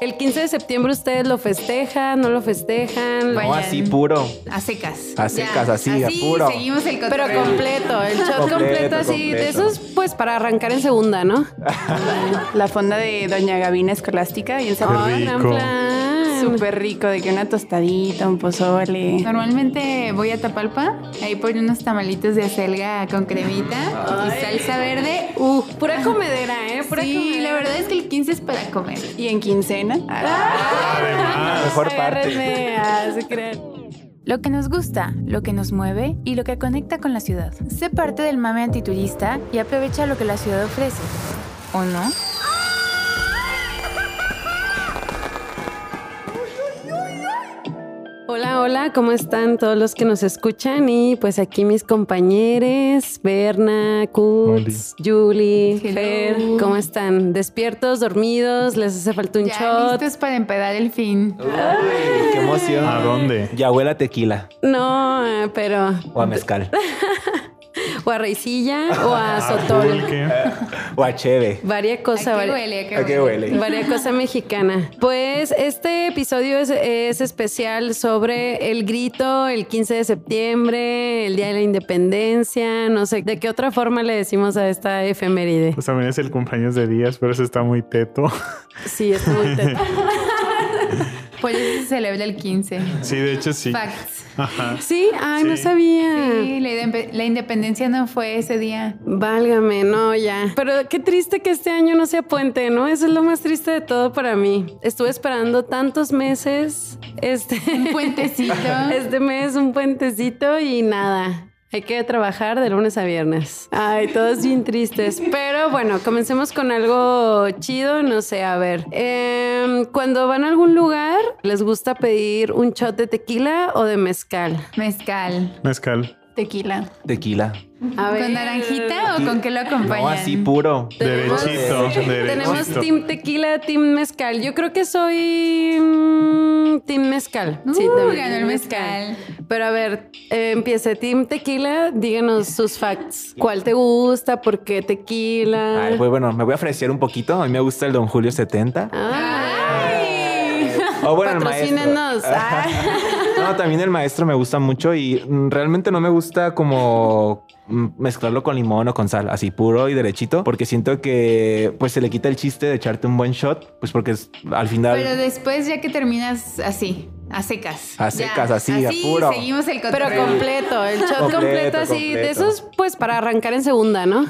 El 15 de septiembre ustedes lo festejan, no lo festejan. No, Lo- así puro. A secas. A secas, así, a puro. seguimos el Pero cotorreo. completo, el shot completo, Completo, así. De completo. esos, pues para arrancar en segunda, ¿no? La fonda de Doña Gabina Escolástica y en San Qué Ay, gran rico. plan. Súper rico, de que una tostadita, un pozole. Normalmente voy a Tapalpa, ahí por unos tamalitos de acelga con cremita y salsa verde. Uh, Pura comedera, ¿eh? Pura sí, comedera. la verdad es que el 15 es para comer. Y en quincena. Ah, Además. Mejor Agárrenme, ah, se crean. Lo que nos gusta, lo que nos mueve y lo que conecta con la ciudad. Sé parte del mame antiturista y aprovecha lo que la ciudad ofrece. ¿O no? Hola, hola, ¿cómo están todos los que nos escuchan? Y pues aquí mis compañeros, Berna, Kutz, Julie, Hello. Fer, ¿cómo están? ¿Despiertos, dormidos? ¿Les hace falta un Ya shot? listos para empedar el fin. Uy, qué emoción. ¿A dónde? Y abuela tequila No, eh, pero. o a mezcal O a raicilla o Ah, a sotol. Pulque. o a cheve. Varia cosa, ¿A qué varia- huele? ¿A qué ¿A qué huele? huele? Varia cosa mexicana. Pues este episodio es, es especial sobre el grito, el 15 de septiembre, el Día de la Independencia, no sé, ¿de qué otra forma le decimos a esta efeméride? Pues también es el cumpleaños de Díaz, pero eso está muy teto. Sí, es muy teto. Pues eso se celebra el 15. Sí, de hecho sí. Facts. Ajá. Sí, ay, no Sí. sabía. Sí, la, inde- la independencia no fue ese día. Válgame, no, ya. Pero qué triste que este año no sea puente, ¿no? Eso es lo más triste de todo para mí. Estuve esperando tantos meses este, Un puentecito. este mes, un puentecito y nada. Hay que trabajar de lunes a viernes. Ay, todos bien tristes. Pero bueno, comencemos con algo chido. No sé, a ver. Em, cuando van a algún lugar, ¿les gusta pedir un shot de tequila o de mezcal? Mezcal. Mezcal. Tequila. Tequila. A ver. ¿Con naranjita o con qué lo acompañan? No, así puro. Tenemos- Derechito, Tenemos derechito. Team Tequila, Team Mezcal. Yo creo que soy mm, Team Mezcal. Uh, también ganó el team mezcal. Pero a ver, eh, empiece Team Tequila, díganos sus facts. ¿Cuál te gusta? ¿Por qué tequila? Ay, pues bueno, me voy a ofrecer un poquito. A mí me gusta el Don Julio 70. Ay. O Oh, bueno, el Patrocínenos. maestro. Ay. No, también el maestro me gusta mucho y mm, realmente no me gusta como mm, mezclarlo con limón o con sal, así puro y derechito, porque siento que pues se le quita el chiste de echarte un buen shot, pues porque es- al final Pero después ya que terminas así, a secas. A secas, así, a así, puro. seguimos el Pero cotorreo. completo, el shot completo, Completo, así. De completo. esos, pues para arrancar en segunda, ¿no?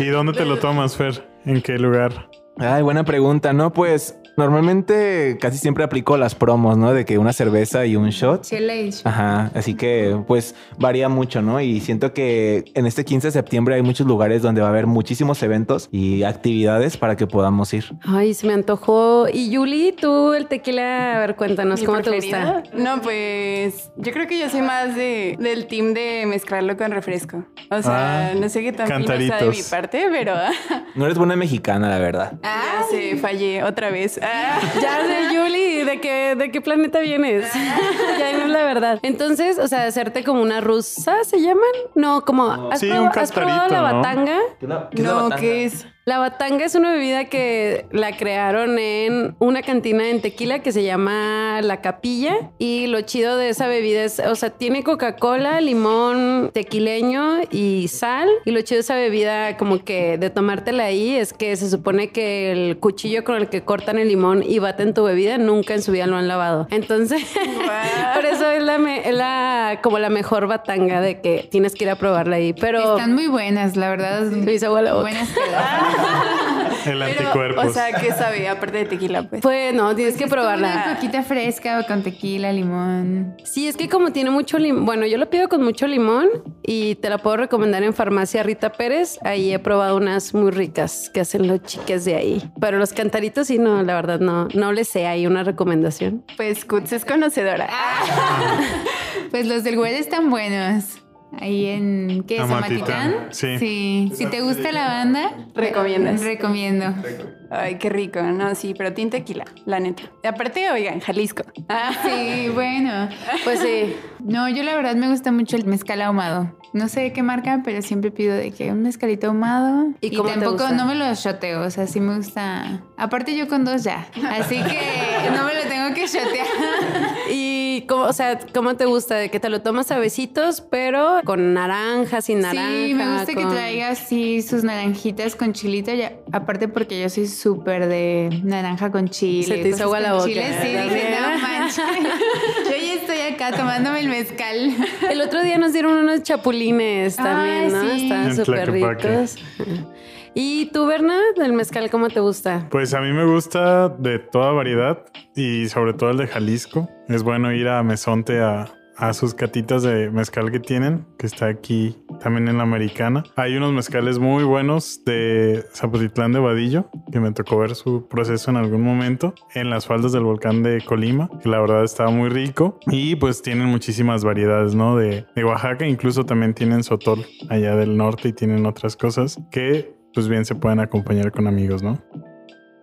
¿Y dónde te lo tomas, Fer? ¿En qué lugar? Ay, buena pregunta, ¿no? Pues normalmente casi siempre aplico las promos, ¿no? De que una cerveza y un shot. Chela y ch- Ajá, así que pues varía mucho, ¿no? Y siento que en este 15 de septiembre hay muchos lugares donde va a haber muchísimos eventos y actividades para que podamos ir. Ay, se me antojó. Y Yuli, tú el tequila, a ver, cuéntanos, ¿Mi ¿cómo te gusta? preferida? No, pues yo creo que yo soy más de, del team de mezclarlo con refresco. O sea, Ah, no sé qué tan fino sea de mi cantaritos. parte, pero ah, No eres buena mexicana, la verdad. ya se fallé otra vez. Ah. Ya sé, Yuli, ¿de qué, de qué planeta vienes? ya no es la verdad. Entonces, o sea, hacerte como una rusa, ¿se llaman? No, como... ¿Has, Sí, proba- un has probado la cascarito, ¿no? batanga? No, ¿qué es? La batanga es una bebida que la crearon en una cantina en tequila que se llama La Capilla. Y lo chido de esa bebida es, o sea, tiene Coca-Cola, limón tequileño y sal. Y lo chido de esa bebida, como que de tomártela ahí, es que se supone que el cuchillo con el que cortan el limón y baten tu bebida nunca en su vida lo han lavado. Entonces, Guau. por eso es la, me- es la- como la mejor batanga de que tienes que ir a probarla ahí. Pero. Están muy buenas, la Ah, verdad. Me hizo agua la boca. Buenas quedadas. El Pero, anticuerpo. O sea, ¿qué sabe? Aparte de tequila, pues. Pues no, tienes que probarla. Una coquita fresca o con tequila, limón. Sí, es que como tiene mucho limón, bueno, yo lo pido con mucho limón y te la puedo recomendar en Farmacia Rita Pérez. Ahí he probado unas muy ricas que hacen los chiques de ahí. Pero los cantaritos sí, no, la verdad no, no les sé ahí una recomendación. Pues Kutz es conocedora. Ah, Pues los del güey están buenos. Ahí en, ¿qué es? Amatitán. Amatitán. Sí. sí. Si te gusta la banda, Recomiendas. Recomiendo. Ay, qué rico. No, sí, pero team tequila, la neta. Y aparte, oigan, Jalisco. Ah, Sí, bueno. Pues sí, No, yo la verdad me gusta mucho el mezcal ahumado. No sé de qué marca, pero siempre pido de que un mezcalito ahumado. ¿Y Y, cómo te tampoco gusta? no me lo shoteo, o sea, sí me gusta. Aparte yo con dos ya, así que no me lo tengo que shotear. Y, cómo, o sea, ¿cómo te gusta? De que te lo tomas a besitos, pero con naranja, sin naranja. sí, me gusta que con- traiga así sus naranjitas con chilito. ya- aparte porque yo soy súper de naranja con chile. Se te hizo cosas agua con la boca, chile, sí, ¿verdad? dije, no manches. Yo ya estoy acá tomándome el mezcal. El otro día nos dieron unos chapulines Ay, también, ¿no? sí. Estaban En súper Tlaquepaque. ricos. ¿Y tú, Bernard, del mezcal, cómo te gusta? Pues a mí me gusta de toda variedad y sobre todo el de Jalisco. Es bueno ir a Mesonte a, a sus catitas de mezcal que tienen, que está aquí también en la americana. Hay unos mezcales muy buenos de Zapotitlán de Vadillo, que me tocó ver su proceso en algún momento, en las faldas del volcán de Colima, que la verdad estaba muy rico. Y pues tienen muchísimas variedades, ¿no? De, de Oaxaca, incluso también tienen Sotol allá del norte y tienen otras cosas que pues bien se pueden acompañar con amigos, ¿no?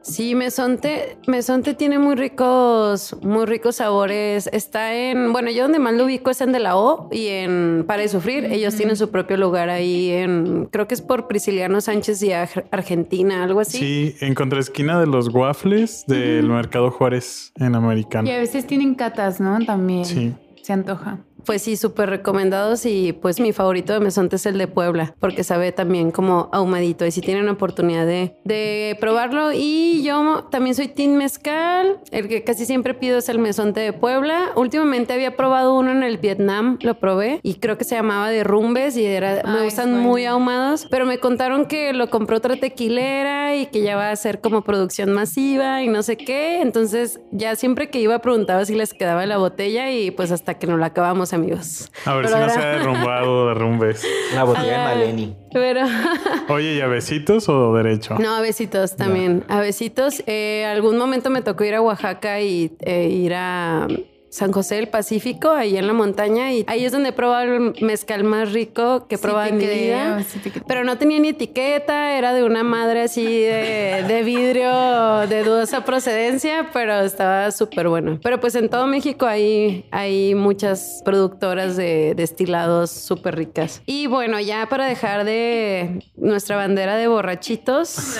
Sí, Mesonte, Mesonte tiene muy ricos, muy ricos sabores. Está en, bueno, yo donde más lo ubico es en De la O y en Para de Sufrir. Ellos Ujú. tienen su propio lugar ahí en, creo que es por Prisciliano Sánchez y Ar- Argentina, algo así. Sí, en contraesquina de los waffles del Mercado Juárez en Americano. Y a veces tienen catas, ¿no? También. Sí. Se antoja. Pues sí, súper recomendados y pues mi favorito de Mesonte es el de Puebla, porque sabe también como ahumadito y si tienen oportunidad de, de probarlo. Y yo también soy Team Mezcal, el que casi siempre pido es el Mesonte de Puebla. Últimamente había probado uno en el Vietnam, lo probé y creo que se llamaba Derrumbes y era, me Ay, gustan bueno. muy ahumados, pero me contaron que lo compró otra tequilera y que ya va a ser como producción masiva y no sé qué. Entonces ya siempre que iba preguntaba si les quedaba en la botella y pues hasta que no la acabamos amigos. A ver si Pero no se ha ahora- derrumbado o derrumbes. Una botella de Ah. Maleni. Pero Oye, ¿y a besitos o derecho? no, a besitos también. A besitos. Eh, algún momento me tocó ir a Oaxaca y eh, ir a San José del Pacífico, ahí en la montaña. Y ahí es donde he probado el mezcal más rico que he Sí probado te en mi creo, vida. sí te creo. Pero no tenía ni etiqueta, era de una madre así de, de vidrio de dudosa procedencia, pero estaba súper bueno. Pero pues en todo México hay, hay muchas productoras de destilados súper ricas. Y bueno, ya para dejar de nuestra bandera de borrachitos.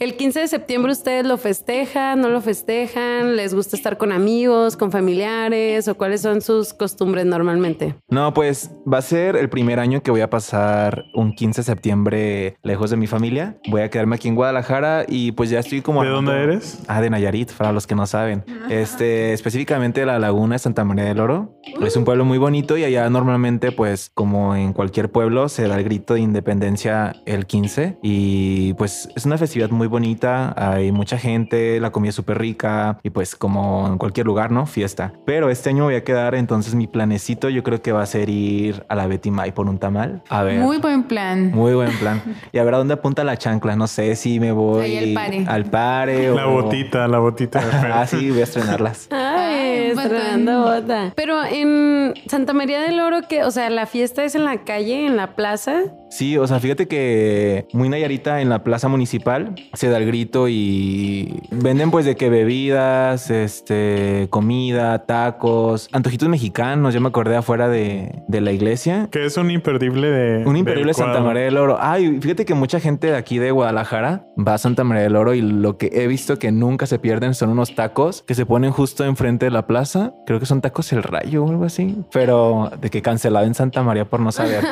El 15 de septiembre ustedes lo festejan, no lo festejan, les gusta estar con amigos, con familiares o cuáles son sus costumbres normalmente. No, pues va a ser el primer año que voy a pasar un 15 de septiembre lejos de mi familia. Voy a quedarme aquí en Guadalajara y pues ya estoy como... ¿De dónde armando- eres? Ah, de Nayarit, para los que no saben. Este, específicamente de la laguna de Santa María del Oro. Es un pueblo muy bonito y allá normalmente, pues, como en cualquier pueblo, se da el grito de independencia el 15. Y pues es una festividad muy bonita. Hay mucha gente, la comida es súper rica y pues como en cualquier lugar, ¿no? Fiesta. Pero este año voy a quedar, entonces mi planecito yo creo que va a ser ir a la Betty May por un tamal. A ver. Muy buen plan. Muy buen plan. Y a ver a dónde apunta la chancla. No sé si me voy Ahí al pare. al pare La o- botita, la botita. de Fer. Ah, sí, voy a estrenarlas. Ay, Ay, un estrenando botón. bota. Pero en Santa María del Oro, que, o sea, la fiesta es en la calle, en la plaza. Sí, o sea, fíjate que muy Nayarita en la plaza municipal se da el grito y venden pues de que bebidas, este, comida, tacos, antojitos mexicanos, yo me acordé afuera de, de la iglesia. Que es un imperdible de... Un imperdible del Santa cuadro. María del Oro. Ay, fíjate que mucha gente de aquí de Guadalajara va a Santa María del Oro y lo que he visto que nunca se pierden son unos tacos que se ponen justo enfrente de la plaza. Creo que son tacos el rayo o algo así, pero de que cancelado en Santa María por no saber.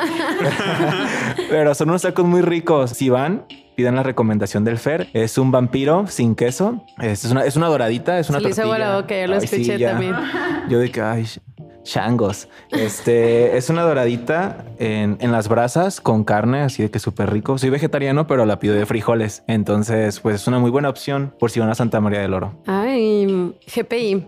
pero son unos tacos muy ricos. Si van, pidan la recomendación del Fer. Es un vampiro sin queso. Es una, es una doradita, es una Se le hizo agua tortilla. la boca, ya lo Ay, sí, escuché ya. también. Yo de que, ay, sh- changos. Este, es una doradita en, en las brasas con carne, así de que súper rico. Soy vegetariano, pero la pido de frijoles. Entonces, pues es una muy buena opción por si van a Santa María del Oro. Ay, GPI.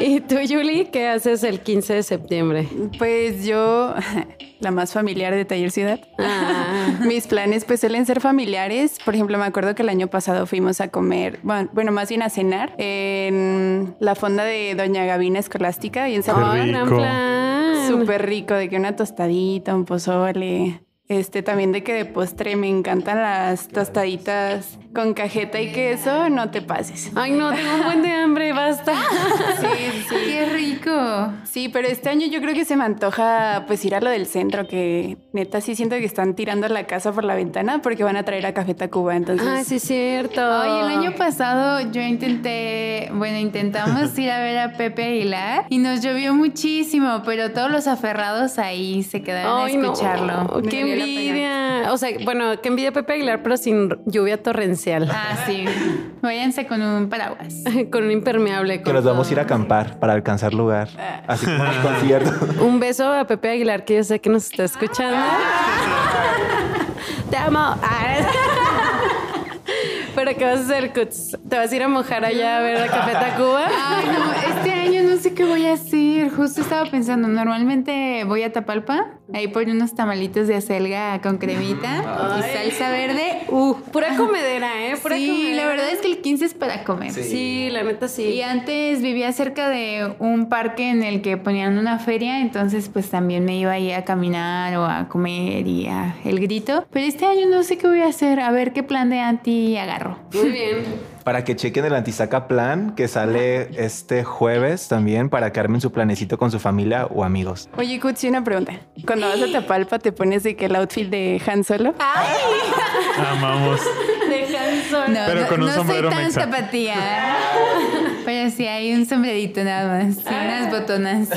¿Y tú, Julie, qué haces el 15 de septiembre? Pues yo, la más familiar de Taller Ciudad. Ah, Mis planes pues suelen ser familiares. Por ejemplo, me acuerdo que el año pasado fuimos a comer, bueno, bueno, más bien a cenar en la fonda de Doña Gabina Escolástica y en San Qué oh, gran rico. plan. Súper rico, de que una tostadita, un pozole. Este, también de que de postre me encantan las tostaditas con cajeta y queso, no te pases. Ay, no, tengo un buen de hambre, basta. Sí, sí. Qué rico. Sí, pero este año yo creo que se me antoja pues ir a lo del centro, que neta sí siento que están tirando la casa por la ventana porque van a traer a Café Tacuba, entonces... Ay, Ah, sí, es cierto. Ay, el año pasado yo intenté, bueno, intentamos ir a ver a Pepe Aguilar y nos llovió muchísimo, pero todos los aferrados ahí se quedaron Ay, a no, escucharlo. Me Qué valió la pena. envidia. O sea, bueno, qué envidia Pepe Aguilar, pero sin lluvia torrencial. Ah, sí. Váyanse con un paraguas. Con un impermeable. Que Con Ah. nos vamos a ir a acampar para alcanzar lugar. Así como el concierto. Un beso a Pepe Aguilar, que yo sé que nos está escuchando. Te amo. Ah. Pero ¿qué vas a hacer, Cuts? ¿Te vas a ir a mojar allá a ver la Café Tacuba? Ay, no, este año no sé qué voy a hacer. Justo estaba pensando, normalmente voy a Tapalpa, ahí por unos tamalitos de acelga con cremita y salsa verde. Uh, pura comedera, ¿eh? Pura Sí, comedera. la verdad es que el 15 es para comer. Sí, la neta Y sí. antes vivía cerca de un parque en el que ponían una feria, entonces pues también me iba ahí a caminar o a comer y a el grito. Pero este año no sé qué voy a hacer, a ver qué plan de anti agarro. Muy bien. Para que chequen el Antisaca Plan que sale este jueves también para que armen su planecito con su familia o amigos. Oye, Kutsi, una pregunta. Cuando vas a Tapalpa, ¿te pones de que el outfit de Han Solo? Ah. Amamos. No, Pero no- con un no sombrero soy tan mexa. zapatía. Pero sí hay un sombrerito nada más y unas botonas.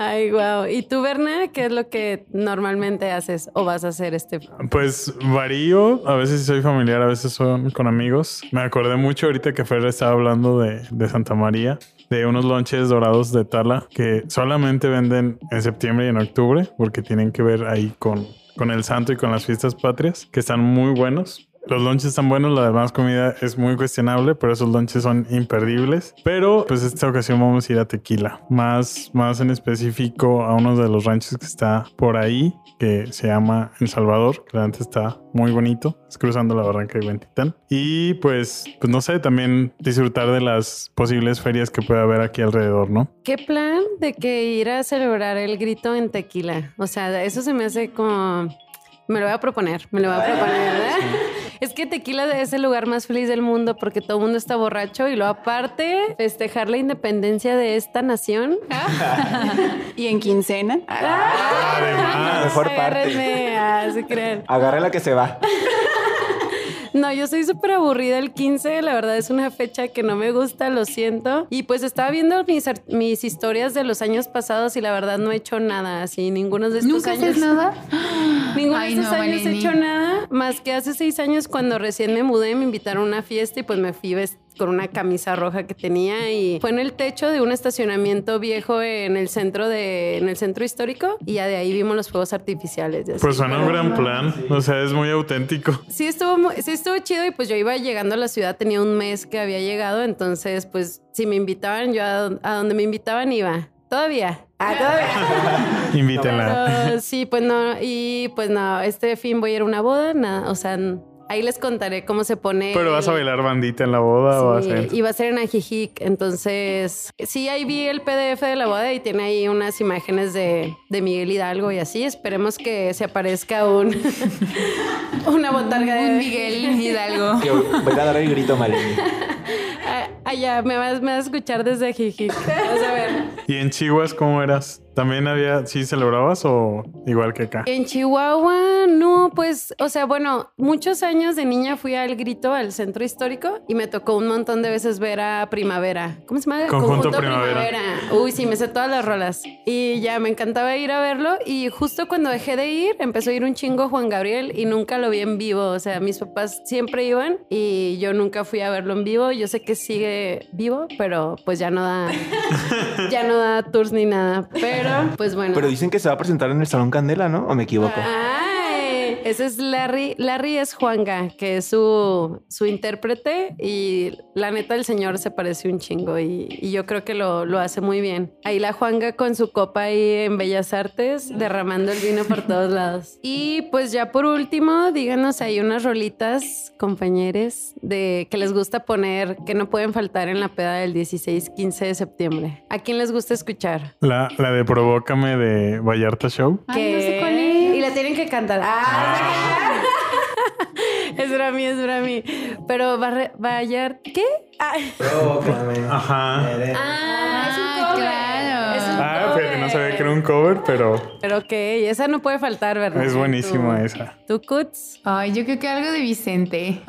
Ay, wow. ¿Y tú, Berna, qué es lo que normalmente haces o vas a hacer este? Pues varío, a veces soy familiar, a veces son con amigos. Me acordé mucho ahorita que Fer estaba hablando de, de Santa María, de unos lonches dorados de Tala que solamente venden en septiembre y en octubre porque tienen que ver ahí con, con el santo y con las fiestas patrias, que están muy buenos. Los lonches están buenos, la demás comida es muy cuestionable, pero esos lonches son imperdibles. Pero pues esta ocasión vamos a ir a Tequila, más, más en específico a uno de los ranchos que está por ahí, que se llama El Salvador, que realmente está muy bonito, es cruzando la barranca de Huentitán. Y pues, pues no sé, también disfrutar de las posibles ferias que puede haber aquí alrededor, ¿no? ¿Qué plan de que ir a celebrar el grito en tequila? O sea, eso se me hace como... Me lo voy a proponer, me lo voy a proponer, ¿verdad? Es que Tequila es el lugar más feliz del mundo porque todo el mundo está borracho y luego aparte festejar la independencia de esta nación. ¿Y en quincena? Ah. Ah, Además, Ah, mejor parte. Agárrenme, ah, se crean. Agarra la que se va. No, yo soy súper aburrida el 15, la verdad es una fecha que no me gusta, lo siento. Y pues estaba viendo mis, ar- mis historias de los años pasados y la verdad no he hecho nada, así, ninguno de estos ¿Nunca años. haces nada? Ninguno Ay, de estos no, años he Maleni. hecho nada, más que hace seis años cuando recién me mudé, me invitaron a una fiesta y pues me fui vest- con una camisa roja que tenía y fue en el techo de un estacionamiento viejo en el centro de en el centro histórico y ya de ahí vimos los fuegos artificiales. y así. Pues suena un Pero- gran plan, o sea, es muy auténtico. sí estuvo, mu- sí estuvo chido y pues yo iba llegando a la ciudad, tenía un mes que había llegado, entonces pues si me invitaban, yo a, don- a donde me invitaban iba. Todavía. Ah, todavía. Invítenla. Pero sí, pues no, y pues no, este fin voy a ir a una boda, nada, o sea, n- ahí les contaré cómo se pone. Pero vas a el- bailar bandita en la boda o vas Sí, a... y va a ser en Ajijic, entonces sí, ahí vi el PDF de la boda y tiene ahí unas imágenes de, de Miguel Hidalgo y así, esperemos que se aparezca un una botarga de Un Miguel Hidalgo. Que voy a dar el grito, Malini. Ah, Allá, me vas, me vas a escuchar desde Jijic. Vas a ver. ¿Y en Chihuahua cómo eras? ¿También había, sí celebrabas o igual que acá? En Chihuahua, no, pues, o sea, bueno, muchos años de niña fui al grito, al centro histórico, y me tocó un montón de veces ver a Primavera. ¿Cómo se llama? Conjunto Primavera. Uy, sí, me sé todas las rolas. Y ya me encantaba ir a verlo. Y justo cuando dejé de ir, empezó a ir un chingo Juan Gabriel y nunca lo vi en vivo. O sea, mis papás siempre iban y yo nunca fui a verlo en vivo. Yo sé que sigue vivo, pero pues ya no da, ya no da tours ni nada. Pero, pues bueno. Pero dicen que se va a presentar en el Salón Candela, ¿no? ¿O me equivoco? Ay, ese es Larry. Larry es Juanga, que es su, su intérprete. Y la neta, el señor se parece un chingo. Y, y yo creo que lo, lo hace muy bien. Ahí la Juanga con su copa ahí en Bellas Artes, derramando el vino por todos lados. Y pues ya por último, díganos hay unas rolitas, compañeros, de que les gusta poner, que no pueden faltar en la peda del 16-15 de septiembre. ¿A quién les gusta escuchar? La, la de Provócame de Vallarta Show. Ay, no sé cuál ¿Qué? de cantar. Ah, es brami, es brami. Pero Barre- Vallar, ¿qué? Ah, Ajá. ah, es un Ah, cover. claro. Es un Ah, cover. fíjate, no sabía que era un cover, pero Pero ok, esa no puede faltar, ¿verdad? es buenísima Tú- esa. Tú, Cuts. Ay, yo creo que algo de Vicente.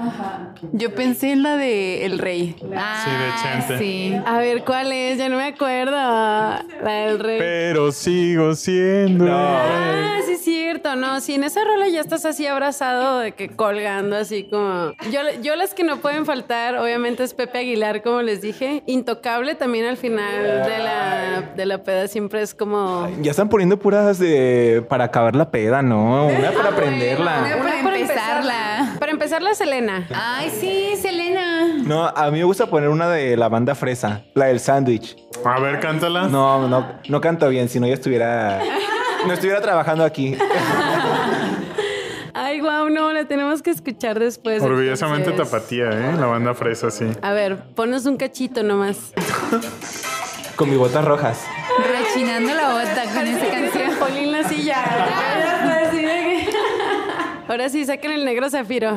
Yo pensé en la de El Rey. Sí, de Ah, Chente. Sí. A ver, ¿cuál es? Ya no me acuerdo. La del rey. Pero sigo siendo. No. Ah, sí es cierto, no, si en esa rola ya estás así abrazado de que colgando así como... Yo, yo las que no pueden faltar, obviamente es Pepe Aguilar, como les dije, intocable también al final de la, de la peda siempre es como... Ya están poniendo puras de para acabar la peda, ¿no? Una para aprenderla. Una para empezarla. Para empezarla, Selena. Ay, sí, Selena. No, a mí me gusta poner una de la banda fresa, la del sándwich. A ver, cántala. No, no, no canto bien, si no ya estuviera. No estuviera trabajando aquí. Ay, wow, no, la tenemos que escuchar después. Orgullosamente entonces. tapatía, ¿eh? La banda fresa, sí. A ver, ponos un cachito nomás. Con mis botas rojas. Rechinando la bota con esa canción. Polín la silla. Así de que- Ahora sí, saquen el negro zafiro.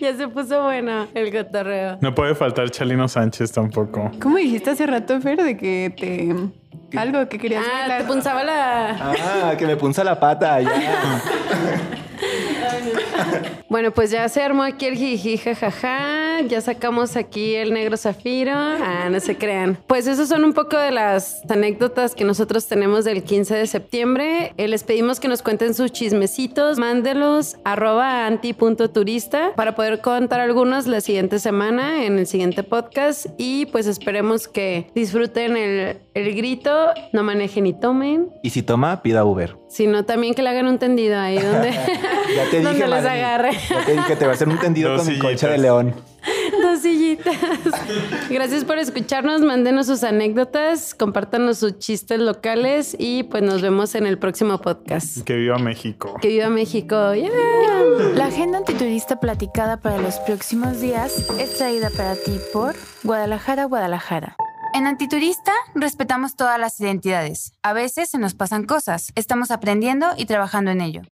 ya se puso bueno el cotorreo. No puede faltar Chalino Sánchez tampoco. ¿Cómo dijiste hace rato, Fer, de que te... Algo que querías Ah, bailar? te punzaba la... Ah, que me punza la pata. Ya. Bueno, pues ya se armó aquí el jiji, jajaja. Ya sacamos aquí el negro zafiro. Ah, no se crean. Pues esos son un poco de las anécdotas que nosotros tenemos del 15 de septiembre. Eh, les pedimos que nos cuenten sus chismecitos. Mándelos arroba anti.turista para poder contar algunos la siguiente semana en el siguiente podcast. Y pues esperemos que disfruten el, el grito. No manejen y tomen. Y si toma, pida Uber. Sino también que le hagan un tendido ahí donde, Ya te donde dije, les Madeline, agarre. Ya te dije, te va a hacer un tendido Dos con mi colcha sillitas. de león. Dos sillitas. Gracias por escucharnos. Mándenos sus anécdotas, compártanos sus chistes locales y pues nos vemos en el próximo podcast. Que viva México. Que viva México. ¡Yeah! La agenda antiturista platicada para los próximos días es traída para ti por Guadalajara, Guadalajara. En Antiturista respetamos todas las identidades. A veces se nos pasan cosas. Estamos aprendiendo y trabajando en ello.